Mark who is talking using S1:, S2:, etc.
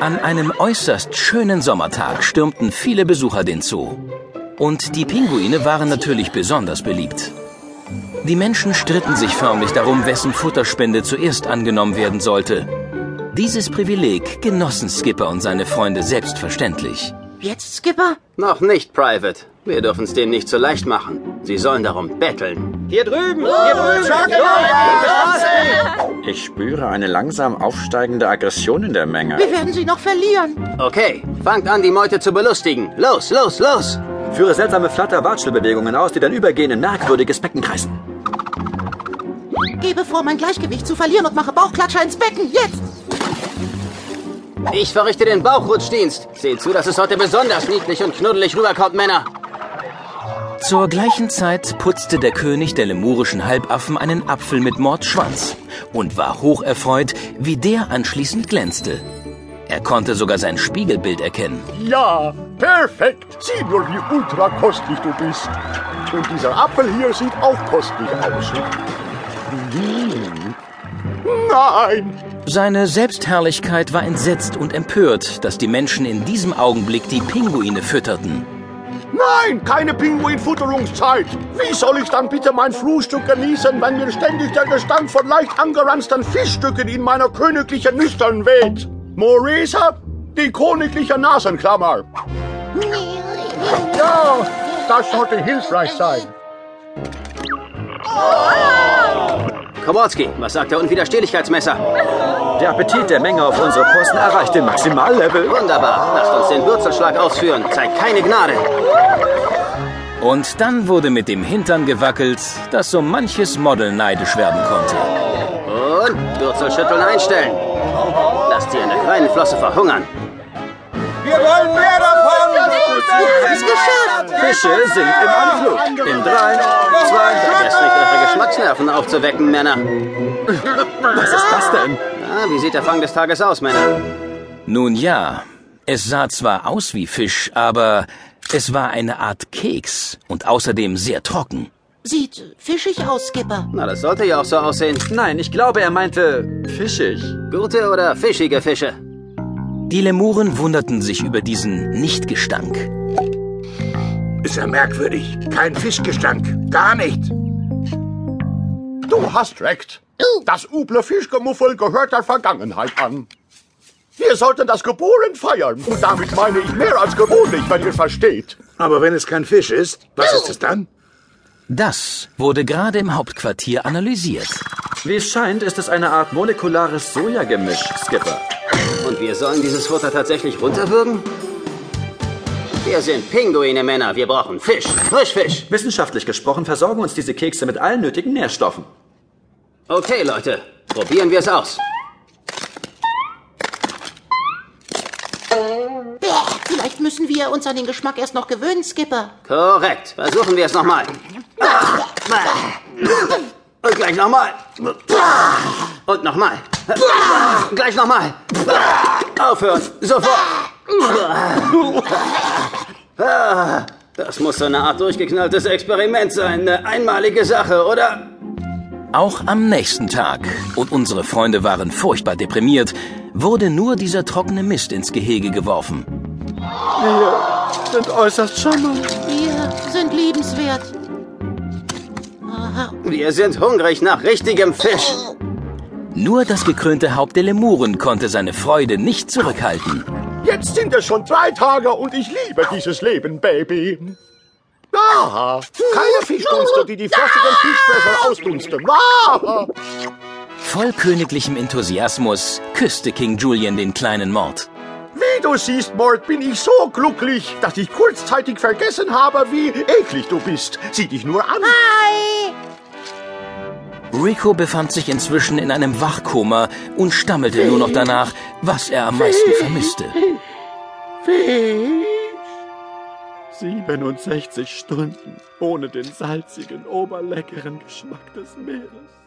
S1: An einem äußerst schönen Sommertag stürmten viele Besucher den Zoo. Und die Pinguine waren natürlich besonders beliebt. Die Menschen stritten sich förmlich darum, wessen Futterspende zuerst angenommen werden sollte. Dieses Privileg genossen Skipper und seine Freunde selbstverständlich.
S2: Jetzt, Skipper?
S3: Noch nicht, Private. Wir dürfen es denen nicht so leicht machen. Sie sollen darum betteln.
S4: Hier drüben! hier drüben!
S5: Ich spüre eine langsam aufsteigende Aggression in der Menge.
S2: Wir werden sie noch verlieren.
S3: Okay, fangt an, die Meute zu belustigen. Los, los, los!
S6: Führe seltsame Flatter-Watschelbewegungen aus, die dann übergehen in merkwürdiges Beckenkreisen.
S2: Gebe vor, mein Gleichgewicht zu verlieren und mache Bauchklatscher ins Becken. Jetzt!
S3: Ich verrichte den Bauchrutschdienst. Seht zu, dass es heute besonders niedlich und knuddelig rüberkommt, Männer.
S1: Zur gleichen Zeit putzte der König der lemurischen Halbaffen einen Apfel mit Mordschwanz und war hocherfreut, wie der anschließend glänzte. Er konnte sogar sein Spiegelbild erkennen.
S7: Ja, perfekt. Sieh nur, wie ultra kostlich du bist. Und dieser Apfel hier sieht auch kostlich aus. Mm. Nein,
S1: Seine Selbstherrlichkeit war entsetzt und empört, dass die Menschen in diesem Augenblick die Pinguine fütterten.
S7: nein, keine Pinguinfutterungszeit. Wie soll ich dann bitte mein Frühstück genießen, wenn mir ständig der Gestank von leicht angeranzten Fischstücken in meiner königlichen Nüstern weht? Moresa, die königliche Nasenklammer. Ja, das sollte hilfreich sein.
S3: Kowalski, was sagt der Unwiderstehlichkeitsmesser?
S6: Der Appetit der Menge auf unsere Posten erreicht den Maximallevel.
S3: Wunderbar. Lasst uns den Wurzelschlag ausführen. Zeigt keine Gnade.
S1: Und dann wurde mit dem Hintern gewackelt, dass so manches Model neidisch werden konnte.
S3: Und Wurzelschütteln einstellen. Lasst sie an der kleinen Flosse verhungern.
S4: Wir wollen mehr davon!
S2: Wir haben es geschafft.
S6: Fische sind im Anflug. In drei, zwei,
S3: Vergesst nicht, eure Geschmacksnerven aufzuwecken, Männer.
S6: was ist das denn?
S3: Ah, wie sieht der Fang des Tages aus, Männer?
S1: Nun ja, es sah zwar aus wie Fisch, aber es war eine Art Keks und außerdem sehr trocken.
S2: Sieht fischig aus, Skipper.
S3: Na, das sollte ja auch so aussehen.
S6: Nein, ich glaube, er meinte fischig.
S3: Gute oder fischige Fische?
S1: Die Lemuren wunderten sich über diesen Nichtgestank.
S8: Ist ja merkwürdig. Kein Fischgestank. Gar nicht.
S7: Du hast recht. Das üble Fischgemuffel gehört der Vergangenheit an. Wir sollten das Geboren feiern. Und damit meine ich mehr als gewöhnlich, wenn ihr versteht.
S8: Aber wenn es kein Fisch ist, was ist es dann?
S1: Das wurde gerade im Hauptquartier analysiert.
S6: Wie es scheint, ist es eine Art molekulares Sojagemisch, Skipper.
S3: Und wir sollen dieses Futter tatsächlich runterwürgen? Wir sind Pinguine, Männer. Wir brauchen Fisch. Frischfisch.
S6: Wissenschaftlich gesprochen versorgen uns diese Kekse mit allen nötigen Nährstoffen.
S3: Okay, Leute. Probieren wir es aus.
S2: Vielleicht müssen wir uns an den Geschmack erst noch gewöhnen, Skipper.
S3: Korrekt. Versuchen wir es nochmal. Und gleich nochmal. Und nochmal. Gleich nochmal. Aufhören. Sofort. Das muss so eine Art durchgeknalltes Experiment sein. Eine einmalige Sache, oder?
S1: Auch am nächsten Tag, und unsere Freunde waren furchtbar deprimiert, wurde nur dieser trockene Mist ins Gehege geworfen.
S6: Sind äußerst charmant.
S2: Wir sind liebenswert. Aha.
S3: Wir sind hungrig nach richtigem Fisch.
S1: Nur das gekrönte Haupt der Lemuren konnte seine Freude nicht zurückhalten.
S7: Jetzt sind es schon drei Tage und ich liebe dieses Leben, Baby. Aha, keine Fischdunste, die die flossigen Fischfresser ausdunsten. Aha.
S1: Voll königlichem Enthusiasmus küsste King Julian den kleinen Mord.
S7: Wie du siehst, Mord, bin ich so glücklich, dass ich kurzzeitig vergessen habe, wie eklig du bist. Sieh dich nur an.
S1: Rico befand sich inzwischen in einem Wachkoma und stammelte nur noch danach, was er am meisten vermisste.
S9: 67 Stunden ohne den salzigen, oberleckeren Geschmack des Meeres.